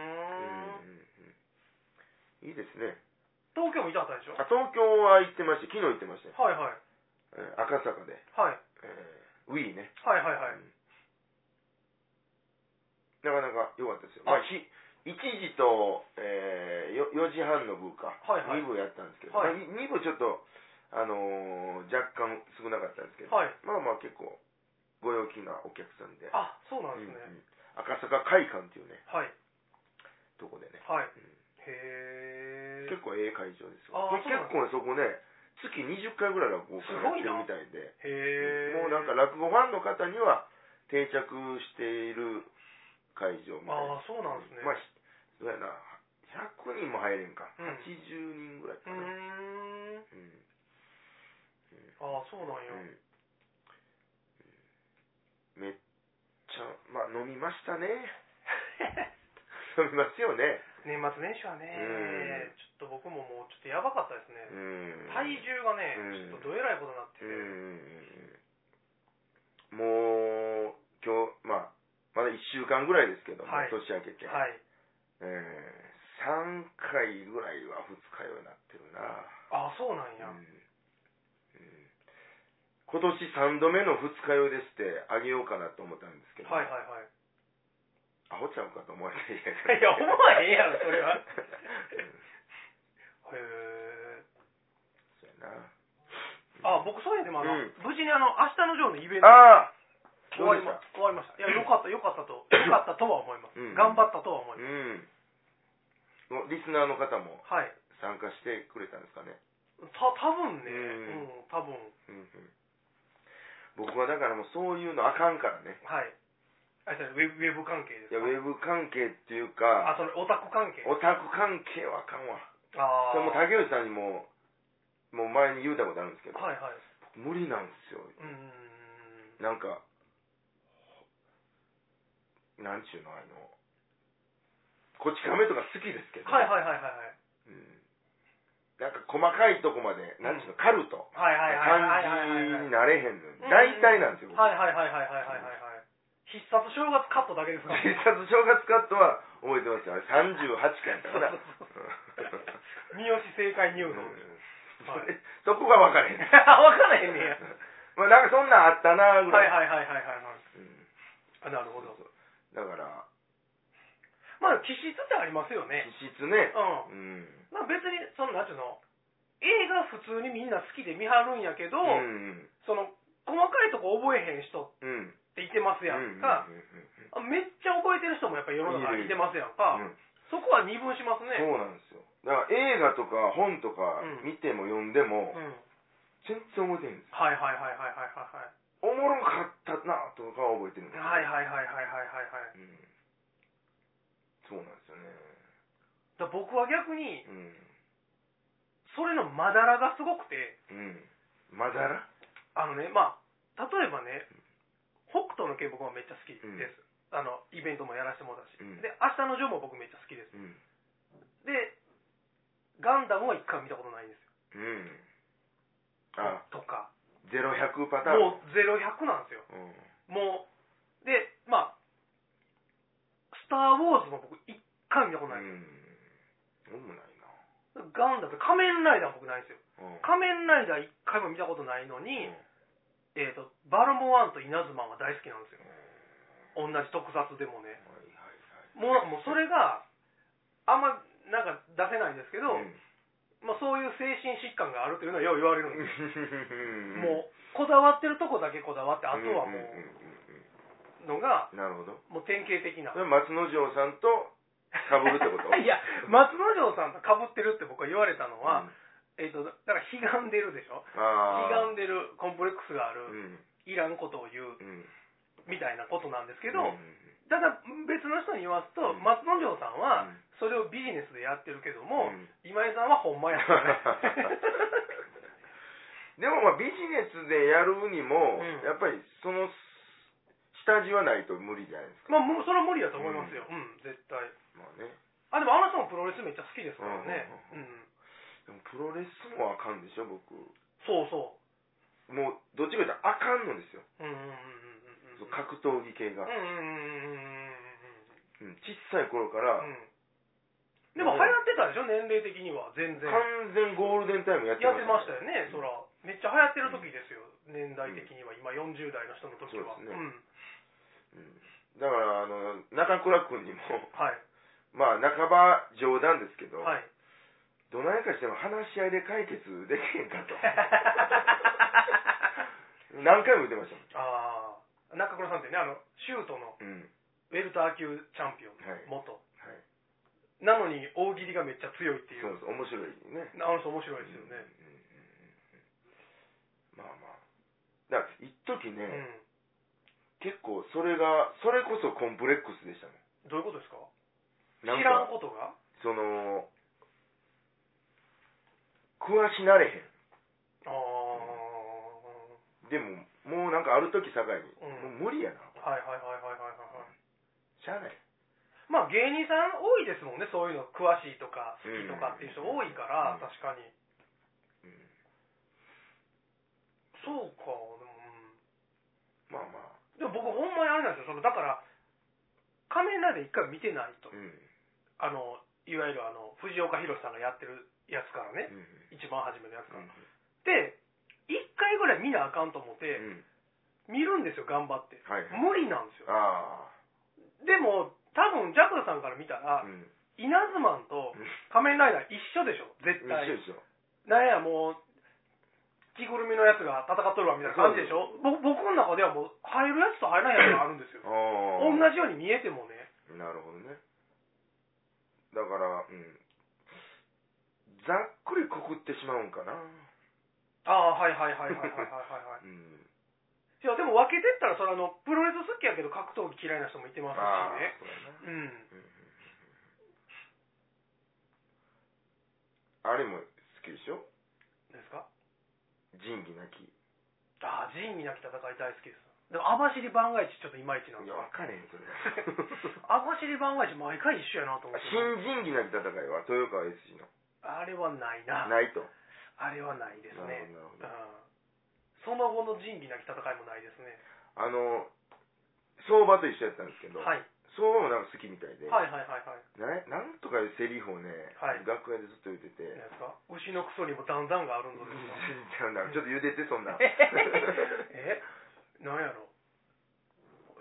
Speaker 1: うんうんいいですね
Speaker 2: 東京もいたかったでしょ
Speaker 1: あ東京は行ってました昨日行ってましたよ、
Speaker 2: はいはい
Speaker 1: えー赤坂で、
Speaker 2: はい
Speaker 1: えーウィーね
Speaker 2: はいはいはい
Speaker 1: なかなか良かったですよ、まあ、ひ1時と、えー、よ4時半の部か、
Speaker 2: はいはい
Speaker 1: 2部やったんですけど、
Speaker 2: はい
Speaker 1: まあ、2部ちょっと、あのー若干少なかったんですけど、
Speaker 2: はい
Speaker 1: まあまあ結構ご陽気なお客さんで
Speaker 2: あそうなんですね、
Speaker 1: うんうん赤坂会館っていうね
Speaker 2: はい
Speaker 1: とこでね
Speaker 2: は
Speaker 1: ん
Speaker 2: い、へえ
Speaker 1: 結構ええ会場ですよ
Speaker 2: あー
Speaker 1: これ結構ねそこね月20回ぐらい落語会やってるみたいで
Speaker 2: へえ
Speaker 1: もうなんか落語ファンの方には定着している会場みたいな
Speaker 2: ああそうなんですね、
Speaker 1: まあ、ひどうやな、100人も入れんか、
Speaker 2: うん
Speaker 1: 80人ぐらいうか
Speaker 2: ー
Speaker 1: な。うん
Speaker 2: んああそうなんや、
Speaker 1: うんめっちゃ、まあ、飲みましたね。 飲みますよね。
Speaker 2: 年末年始はね、
Speaker 1: うん
Speaker 2: ちょっと僕ももうちょっとやばかったです
Speaker 1: う
Speaker 2: ね、
Speaker 1: ん。
Speaker 2: 体重がね、
Speaker 1: うん
Speaker 2: ちょっとどえらいことになってて、
Speaker 1: うん。もう、今日、まあ、まだ1週間ぐらいですけども、
Speaker 2: はい
Speaker 1: 年明けて。
Speaker 2: はい
Speaker 1: うん。3回ぐらいは二日酔いになってるな。
Speaker 2: ああそうなんや、
Speaker 1: うん今年3度目の二日酔いですってあげようかなと思ったんですけど、
Speaker 2: はいはいはい
Speaker 1: アホちゃうかと思われて
Speaker 2: いや思わへんやろそれは
Speaker 1: うん
Speaker 2: へえ
Speaker 1: そうやな
Speaker 2: あ僕そうやでもあの、
Speaker 1: うん
Speaker 2: 無事にあの明日のジョーのイベント
Speaker 1: ああ
Speaker 2: 終わりま終わりましたいやよかったよかったとよかったとは思います、
Speaker 1: うん
Speaker 2: 頑張ったとは思います、
Speaker 1: うんおリスナーの方も
Speaker 2: はい
Speaker 1: 参加してくれたんですかね、
Speaker 2: た多分ね
Speaker 1: うん
Speaker 2: うん、多分
Speaker 1: うんうん、僕はだからもうそういうのあかんからね
Speaker 2: はいあれですねウェブウェブ関係です
Speaker 1: いや
Speaker 2: か
Speaker 1: ウェブ関係っていう
Speaker 2: あ
Speaker 1: か
Speaker 2: それオタク関係
Speaker 1: オタク関係はあかんわ
Speaker 2: ああ
Speaker 1: それもう竹内さんにももう前に言うたことあるんですけど、
Speaker 2: はいはい
Speaker 1: 無理なんですよ
Speaker 2: うーん
Speaker 1: なんか、なんちゅうの、あの、こち亀とか好きですけど、
Speaker 2: はいはいはいはいは
Speaker 1: う
Speaker 2: い
Speaker 1: んなんか細かいとこまで、なんちゅうの、カルト、
Speaker 2: はいはいはいは
Speaker 1: 感
Speaker 2: いはい
Speaker 1: じ
Speaker 2: はいはいはいはい
Speaker 1: になれへんのよ。大体なんですよ、僕
Speaker 2: はいはいはいはいはいはい必殺正月カットだけですから
Speaker 1: 必 殺正月カットは覚えてますよ。あれ38回やったかな。
Speaker 2: 三好正解入
Speaker 1: うん
Speaker 2: 道 はい
Speaker 1: それ そこが分からへん。
Speaker 2: 分からへんねや
Speaker 1: まあなんかそんなんあったなぐ
Speaker 2: はい
Speaker 1: らい。
Speaker 2: はいはいはいはいはい
Speaker 1: うん
Speaker 2: あなるほど
Speaker 1: だから、
Speaker 2: まあ気質ってありますよね
Speaker 1: 気質ね。
Speaker 2: うん
Speaker 1: うん。
Speaker 2: まあ別にそのなんていうの映画普通にみんな好きで見はるんやけど、
Speaker 1: うん。
Speaker 2: その細かいとこ覚えへん人っ
Speaker 1: うん。
Speaker 2: ていてますやんか、
Speaker 1: うんうんうんうん
Speaker 2: あめっちゃ覚えてる人もやっぱり世の中にいてますやんか、
Speaker 1: うん
Speaker 2: そこは二分しますね
Speaker 1: そうなんですよだから映画とか本とか
Speaker 2: うん
Speaker 1: 見ても読んでも
Speaker 2: うん
Speaker 1: 全然覚えてるんです
Speaker 2: はいはいはいはいはいはいはい
Speaker 1: おもろかったなとかは覚えてるんですよ
Speaker 2: はいはいはいはいはいはいはい
Speaker 1: うんそうなんですよね
Speaker 2: だから僕は逆に
Speaker 1: うん
Speaker 2: それのまだらがすごくて
Speaker 1: うんまだら
Speaker 2: あのねまあ例えばね北斗の拳僕はめっちゃ好きです、
Speaker 1: うん
Speaker 2: あのイベントもやらせてもらったし、
Speaker 1: うん
Speaker 2: で明日のジョーも僕めっちゃ好きです
Speaker 1: うん
Speaker 2: でガンダムは一回も見たことないんです
Speaker 1: うん
Speaker 2: よ
Speaker 1: あ
Speaker 2: とか
Speaker 1: ゼロ100パターン。
Speaker 2: もう0100なんですよ
Speaker 1: うん。
Speaker 2: もうでまあ「スター・ウォーズ」も僕一回見たことない、
Speaker 1: うん。俺もない
Speaker 2: ガンダム仮面ライダーも僕ないんですよ
Speaker 1: な。うん。
Speaker 2: 仮面ライダー一回も見たことないのに、
Speaker 1: うん
Speaker 2: えー、とバルモワンとイナズマンが大好きなんですよ同じ特撮でもね
Speaker 1: はいはい
Speaker 2: もうなんかもうそれがあんまなんか出せないんですけど、
Speaker 1: はい。うん
Speaker 2: まあ、そういう精神疾患があるというのはよう言われるんです、
Speaker 1: も
Speaker 2: もうこだわってるとこだけこだわってあとはもうのが
Speaker 1: なるほど
Speaker 2: もう典型的な
Speaker 1: それ松之丞さんと被るってこと
Speaker 2: いや松之丞さんがかぶってるって僕は言われたのは、えっとだから悲願でるでしょ
Speaker 1: うんああ
Speaker 2: 悲願でるコンプレックスがあ
Speaker 1: う
Speaker 2: る、
Speaker 1: ん
Speaker 2: いらんことを言う
Speaker 1: うん
Speaker 2: みたいなことなんですけ
Speaker 1: け
Speaker 2: ど、ただ別の人に言わすと、
Speaker 1: うん
Speaker 2: 松之丞さんはそれをビジネスでやってるけども、
Speaker 1: うん
Speaker 2: 今井さんはほんまや からね
Speaker 1: でもまあビジネスでやるにも
Speaker 2: うん
Speaker 1: やっぱりその下地はないと無理じゃないですか
Speaker 2: まあもうそれは無理だと思いますよ、うん絶対
Speaker 1: まあね
Speaker 2: あでもあの人もプロレスめっちゃ好きですからね、
Speaker 1: う
Speaker 2: うんん
Speaker 1: でもプロレスもあかんでしょ僕
Speaker 2: そうそ
Speaker 1: もうどっちかというとあかんのですよ
Speaker 2: ううんうんうんうんうん
Speaker 1: そう格闘技系
Speaker 2: う
Speaker 1: が
Speaker 2: んうんうんうん
Speaker 1: う
Speaker 2: うん
Speaker 1: ん小さい頃から
Speaker 2: うんうんでも流行ってたでしょ年齢的には全然
Speaker 1: 完全ゴールデンタイムやって
Speaker 2: やってました
Speaker 1: よ
Speaker 2: よね、そらめっちゃ流行ってる時ですよ、年代的には今40代の人の時は
Speaker 1: そううですね
Speaker 2: ん
Speaker 1: うんだからあの中倉君にも
Speaker 2: はい
Speaker 1: まあ半ば冗談ですけど、
Speaker 2: はい
Speaker 1: どないかしても話し合いで解決できへん かと何回も言ってましたも
Speaker 2: ああ中倉さんってねあのシュートの
Speaker 1: んうん
Speaker 2: ウェルター級チャンピオン、
Speaker 1: はい
Speaker 2: 元
Speaker 1: はい
Speaker 2: なのに大喜利がめっちゃ強いってい
Speaker 1: そう
Speaker 2: う
Speaker 1: です面白いね
Speaker 2: あの人面白いですよ
Speaker 1: ま
Speaker 2: ね
Speaker 1: あまあだから一時
Speaker 2: うん、
Speaker 1: ね、結構それがそれこそコンプレックスでしたね
Speaker 2: どういうことですか
Speaker 1: な
Speaker 2: 知
Speaker 1: ん
Speaker 2: らん
Speaker 1: か
Speaker 2: ことが
Speaker 1: その詳しなれへん
Speaker 2: ああ
Speaker 1: でももうなんかある時境に、
Speaker 2: うん
Speaker 1: もう無理やな
Speaker 2: はいはいはいはいはいはいはい
Speaker 1: しゃあない
Speaker 2: まあ芸人さん多いですもんねそういうの詳しいとか好きとかっていう人多いから、
Speaker 1: うん
Speaker 2: 確かに、そうかでもうん
Speaker 1: まあまあ
Speaker 2: でも僕ほんまにあれなんですよそのだから仮面ライダー一回見てないと、
Speaker 1: うん
Speaker 2: あのいわゆるあの藤岡弘さんがやってるやつからね、
Speaker 1: うん
Speaker 2: 一番初めのやつ
Speaker 1: う
Speaker 2: から、
Speaker 1: ん
Speaker 2: で一回ぐらい見なあかんと思って、
Speaker 1: うん
Speaker 2: 見るんですよ頑張って
Speaker 1: はいはい
Speaker 2: 無理なんですよ
Speaker 1: あ
Speaker 2: でも多分ジャクロさんから見た
Speaker 1: あう
Speaker 2: ら、
Speaker 1: ん
Speaker 2: イナズマンと仮面ライダー一緒でしょ絶
Speaker 1: 一
Speaker 2: 対
Speaker 1: 緒でしょ
Speaker 2: なんやもう着ぐるみのやつが戦っとるわみたいな感じでしょぼ僕の中ではもう入るやつと入らないやつがあるんですよ
Speaker 1: あ
Speaker 2: 同
Speaker 1: あ
Speaker 2: じように見えてもね
Speaker 1: なるほどねだからうんざっくりくくってしまうんかな
Speaker 2: ああはいはいはいはいはいはい はいはい
Speaker 1: うん
Speaker 2: いやでも分けてったらそれあのプロレス好きやけど格闘技嫌いな人もいてます
Speaker 1: ああ
Speaker 2: し
Speaker 1: そうやな
Speaker 2: ねうん
Speaker 1: あれも好きでしょ
Speaker 2: ですか
Speaker 1: 仁義なきい
Speaker 2: ああ仁義なき戦い大好きですでも網走番外地ちょっといまいちなんで
Speaker 1: や
Speaker 2: すよ
Speaker 1: 分かれへんそ れ
Speaker 2: 網走番外地毎回一緒やなと思って
Speaker 1: 新仁義なき戦いは豊川悦司の
Speaker 2: あれはないな
Speaker 1: ないと
Speaker 2: あれはないです
Speaker 1: なる
Speaker 2: ね
Speaker 1: ほどなるほ
Speaker 2: う
Speaker 1: ど
Speaker 2: んその後の仁義なき戦いもないですね
Speaker 1: あの相場と一緒やったんですけど、
Speaker 2: はい
Speaker 1: 相場もなんか好きみたいで、
Speaker 2: はいはいはいはい
Speaker 1: ななんとかいうセリフをね、
Speaker 2: はい
Speaker 1: 楽屋でずっと言ってて、
Speaker 2: 何ですか牛のクソにもだんだんがあるんぞですか
Speaker 1: なんだちょっと茹でてそん な
Speaker 2: えなんやろ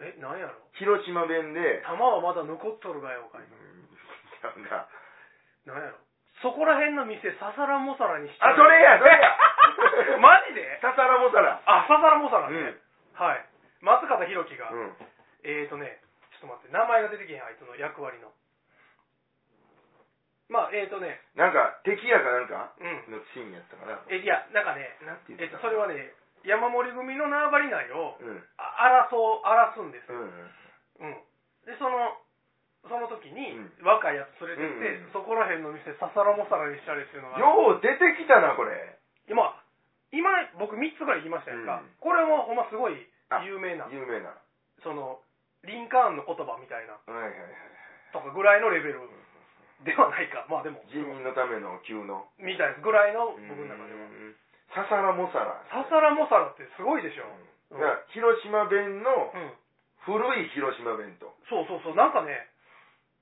Speaker 2: えなんやろ
Speaker 1: 広島弁で
Speaker 2: 玉はまだ残っとるがよかい
Speaker 1: なんだ
Speaker 2: なんやろそこら辺の店ささらもさらにして
Speaker 1: あそれやそれや
Speaker 2: マジで
Speaker 1: ささらもさら
Speaker 2: あささらもさら
Speaker 1: うん
Speaker 2: ね、はい松方弘樹が、
Speaker 1: うん
Speaker 2: えーとねちょっと待って名前が出てけへんあいつの役割のまあえーとね
Speaker 1: なんか敵やかなんか
Speaker 2: うん
Speaker 1: のシーンやったかな
Speaker 2: えいやなんかね
Speaker 1: なんて言
Speaker 2: え
Speaker 1: っ
Speaker 2: っと
Speaker 1: た
Speaker 2: それはね山盛り組の縄張り内を
Speaker 1: うんうん
Speaker 2: あ争う争うんですよ、
Speaker 1: うん
Speaker 2: うん、でそのその時に
Speaker 1: うん
Speaker 2: 若いやつ連れてって、
Speaker 1: うんうんうん
Speaker 2: そこら辺の店ささらもさらにしたりっていうのが
Speaker 1: よう出てきたなこれ
Speaker 2: でまあ今僕3つぐらい言いましたやん
Speaker 1: う
Speaker 2: か、
Speaker 1: ん
Speaker 2: これもほんますごい有名な
Speaker 1: 有名な
Speaker 2: そのリンカーンの言葉みたいな
Speaker 1: はいはいはい
Speaker 2: とかぐらいのレベルではないかまあでも
Speaker 1: 人民のための急の
Speaker 2: みたいなぐらいの僕の中では
Speaker 1: うんササラモサラ。
Speaker 2: ササラモサラってすごいでしょ。
Speaker 1: だから広島弁の
Speaker 2: うん。
Speaker 1: 古い広島弁と。
Speaker 2: そうそうそう。なんかね、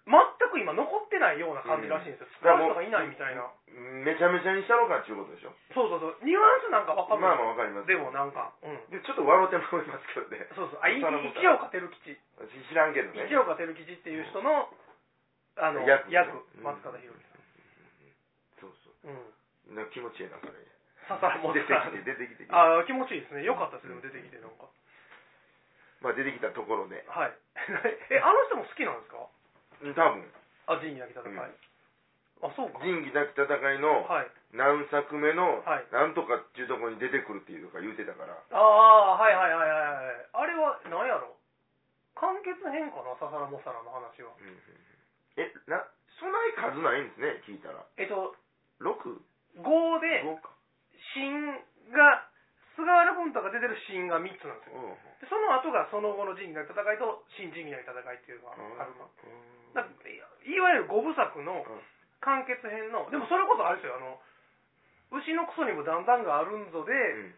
Speaker 2: 全く今残ってないような感じらしいんですよ。使
Speaker 1: だ
Speaker 2: う
Speaker 1: からも
Speaker 2: 人
Speaker 1: う
Speaker 2: がいないみたいな。
Speaker 1: めちゃめちゃにしたのかっていうことでしょ。
Speaker 2: そうそうそう。ニュアンスなんかわか
Speaker 1: まあ
Speaker 2: んな
Speaker 1: ま
Speaker 2: い。
Speaker 1: あわかります。
Speaker 2: でもなんか、うん。
Speaker 1: で、ちょっと笑うてもらいますけどね。
Speaker 2: そうそう。あ、い一
Speaker 1: ササラモサラ
Speaker 2: 岡照吉。
Speaker 1: 私知らんけどね。
Speaker 2: 一岡照吉っていう人の、あの、
Speaker 1: 役
Speaker 2: 役、
Speaker 1: うん
Speaker 2: 松方弘樹さ
Speaker 1: そうそ
Speaker 2: ん。
Speaker 1: う。
Speaker 2: うん。
Speaker 1: なんか気持ちいいな、それ。
Speaker 2: ササラモサ
Speaker 1: 出て
Speaker 2: ラ。
Speaker 1: きて、出てきて。ま
Speaker 2: あー気持ちいいですね。よかったですね。出てきてなんか。
Speaker 1: あ出てきたところで。
Speaker 2: はい。 え、あの人も好きなんですか
Speaker 1: うん多分、
Speaker 2: あ、仁義なき戦い。
Speaker 1: うん
Speaker 2: あ、そうか。
Speaker 1: 仁義なき戦いの
Speaker 2: はい。
Speaker 1: 何作目の
Speaker 2: はい
Speaker 1: なんとかっていうところに出てくるっていうとか言うてたから。
Speaker 2: ああ、はいはいはいはいはい。あれは、なんやろ完結編かな、ササラモサラの話は。
Speaker 1: え、な、そない数ないんですね、聞いたら。
Speaker 2: えっと、
Speaker 1: 6?5
Speaker 2: 5で、
Speaker 1: か。
Speaker 2: 新が、菅原文太が出てる新が3つなんです
Speaker 1: う
Speaker 2: よ。
Speaker 1: んうん。
Speaker 2: で、その後がその後の仁義なき戦いと新仁義なき戦いっていうのがあるの。だからいいわゆる五部作の
Speaker 1: うん
Speaker 2: 完結編の、でもそれこそあれですよ、あの、牛のクソにもだんだんがあるんぞで、
Speaker 1: うん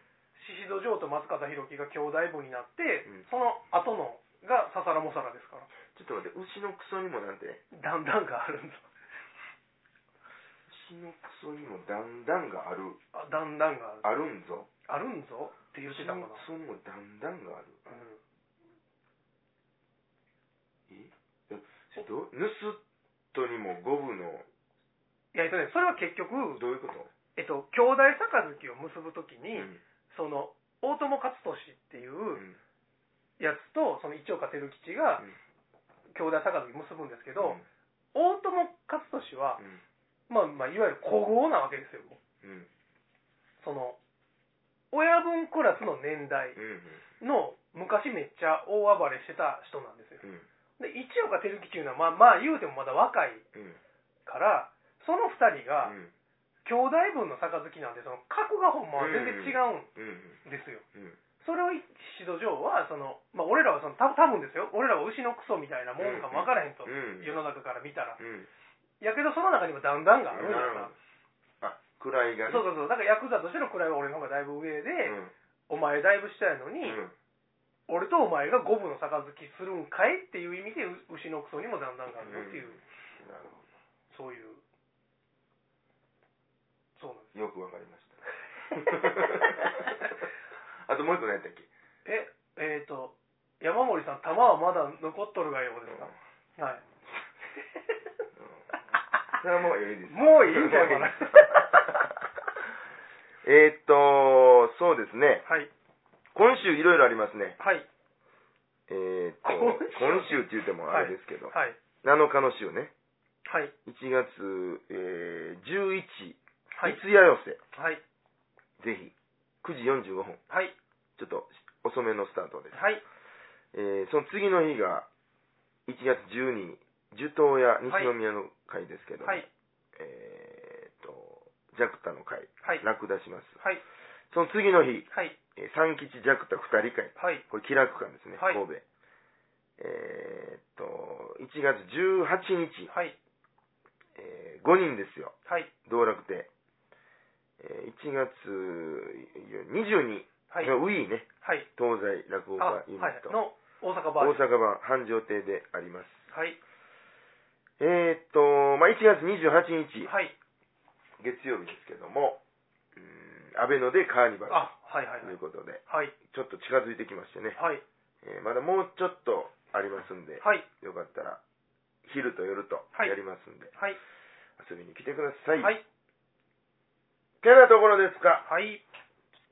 Speaker 2: 宍戸城と松方弘樹が兄弟分になって、
Speaker 1: うん
Speaker 2: その後のがササラモサラですから。
Speaker 1: ちょっと待って、牛のクソにもなんて、
Speaker 2: だんだんがあるんだ。
Speaker 1: 牛のクソにもだんだんがある、
Speaker 2: あ、だんだんがある。
Speaker 1: あるんぞ。
Speaker 2: あるんぞって言っ
Speaker 1: 牛
Speaker 2: てたかな。
Speaker 1: のクソにもだんだんがある。
Speaker 2: うん
Speaker 1: どうヌスットにも五分の、
Speaker 2: いや、えっとね、それは結局、
Speaker 1: どういうこと
Speaker 2: えっと、兄弟杯を結ぶとき
Speaker 1: う
Speaker 2: に、
Speaker 1: ん
Speaker 2: その、大友克俊っていううんやつと、その一岡照吉が
Speaker 1: うん、
Speaker 2: 兄弟杯結ぶんですけど、
Speaker 1: う
Speaker 2: 大友克俊は、
Speaker 1: ん
Speaker 2: まあ、まあ、いわゆる古豪なわけですよ。
Speaker 1: うん
Speaker 2: その、親分クラスの年代
Speaker 1: うんうん
Speaker 2: の、昔めっちゃ大暴れしてた人なんですよ。
Speaker 1: うん
Speaker 2: で、一岡照吉っていうのは、まあ、まあ、言うてもまだ若い
Speaker 1: うん
Speaker 2: から、その二人が、
Speaker 1: うん
Speaker 2: 兄弟分の杯なんで、その格がほんまは全然違うん
Speaker 1: うん
Speaker 2: ですよ。
Speaker 1: うんうん
Speaker 2: それを一度上は、その、まあ、俺らはその、た多分ですよ。俺らは牛のクソみたいなもんかもわからへんと。
Speaker 1: うん
Speaker 2: 世の中から見たら。
Speaker 1: うん
Speaker 2: やけど、その中にもだんだんがあるんや
Speaker 1: なるほどあ位が
Speaker 2: な。
Speaker 1: ね
Speaker 2: そうそうそう。だから、ヤクザとしての位は俺の方がだいぶ上で、
Speaker 1: うん
Speaker 2: お前だいぶ下やの
Speaker 1: う
Speaker 2: に、
Speaker 1: ん
Speaker 2: 俺とお前が五分の杯するんかいっていう意味で、う牛のクソにもだんだんがあるよっていう、
Speaker 1: なるほ
Speaker 2: そういう、そうなんです。
Speaker 1: どよくわかりました あともう一個何やったっけ
Speaker 2: え、えっ、と、山森さん、玉はまだ残っとるがようですか、はい。
Speaker 1: それはもういいです
Speaker 2: もういいんだよ、これ。
Speaker 1: もういいですえーっとそうですね
Speaker 2: はい、
Speaker 1: 今週いろいろありますね
Speaker 2: はい、
Speaker 1: えーっと
Speaker 2: 今週
Speaker 1: 今週って言ってもあれですけど、
Speaker 2: はい、
Speaker 1: 7日の週ね
Speaker 2: はい、
Speaker 1: 1月、えー、11
Speaker 2: はい、
Speaker 1: 三谷寄せ
Speaker 2: はい、
Speaker 1: ぜひ9時45分
Speaker 2: はい、
Speaker 1: ちょっと遅めのスタートです、
Speaker 2: はい、
Speaker 1: えーその次の日が1月12日寿東屋西宮の会ですけど、
Speaker 2: はい、
Speaker 1: えーっとジャクタの会
Speaker 2: はい、はい、
Speaker 1: 落出します
Speaker 2: はい、
Speaker 1: その次の日、
Speaker 2: はい、
Speaker 1: えー三吉ジャクタ2人会
Speaker 2: はい、
Speaker 1: これ気楽館ですね、
Speaker 2: はい
Speaker 1: 神戸えーっと1月18日、
Speaker 2: はい、
Speaker 1: え5人ですよ
Speaker 2: はい、
Speaker 1: 道楽亭、えー1月22、
Speaker 2: はい、
Speaker 1: ウィーね
Speaker 2: はい、
Speaker 1: 東西落語
Speaker 2: あ、
Speaker 1: 家
Speaker 2: はい
Speaker 1: ユニッ、ト、
Speaker 2: の大阪バー
Speaker 1: 大
Speaker 2: ジョン
Speaker 1: 阪版繁盛亭であります
Speaker 2: はい、
Speaker 1: えーっと、まあ、1月28日、
Speaker 2: はい、
Speaker 1: 月曜日ですけどもうーん安倍野でカーニバル
Speaker 2: あ、はい、はい、
Speaker 1: ということで
Speaker 2: はい、
Speaker 1: ちょっと近づいてきましてね、
Speaker 2: はい、
Speaker 1: えーまだもうちょっとありますんで、
Speaker 2: はい、
Speaker 1: よかったら昼と夜と
Speaker 2: はい
Speaker 1: やりますんで、
Speaker 2: はい、
Speaker 1: 遊びに来てください、
Speaker 2: はい、
Speaker 1: てなところですか
Speaker 2: はい、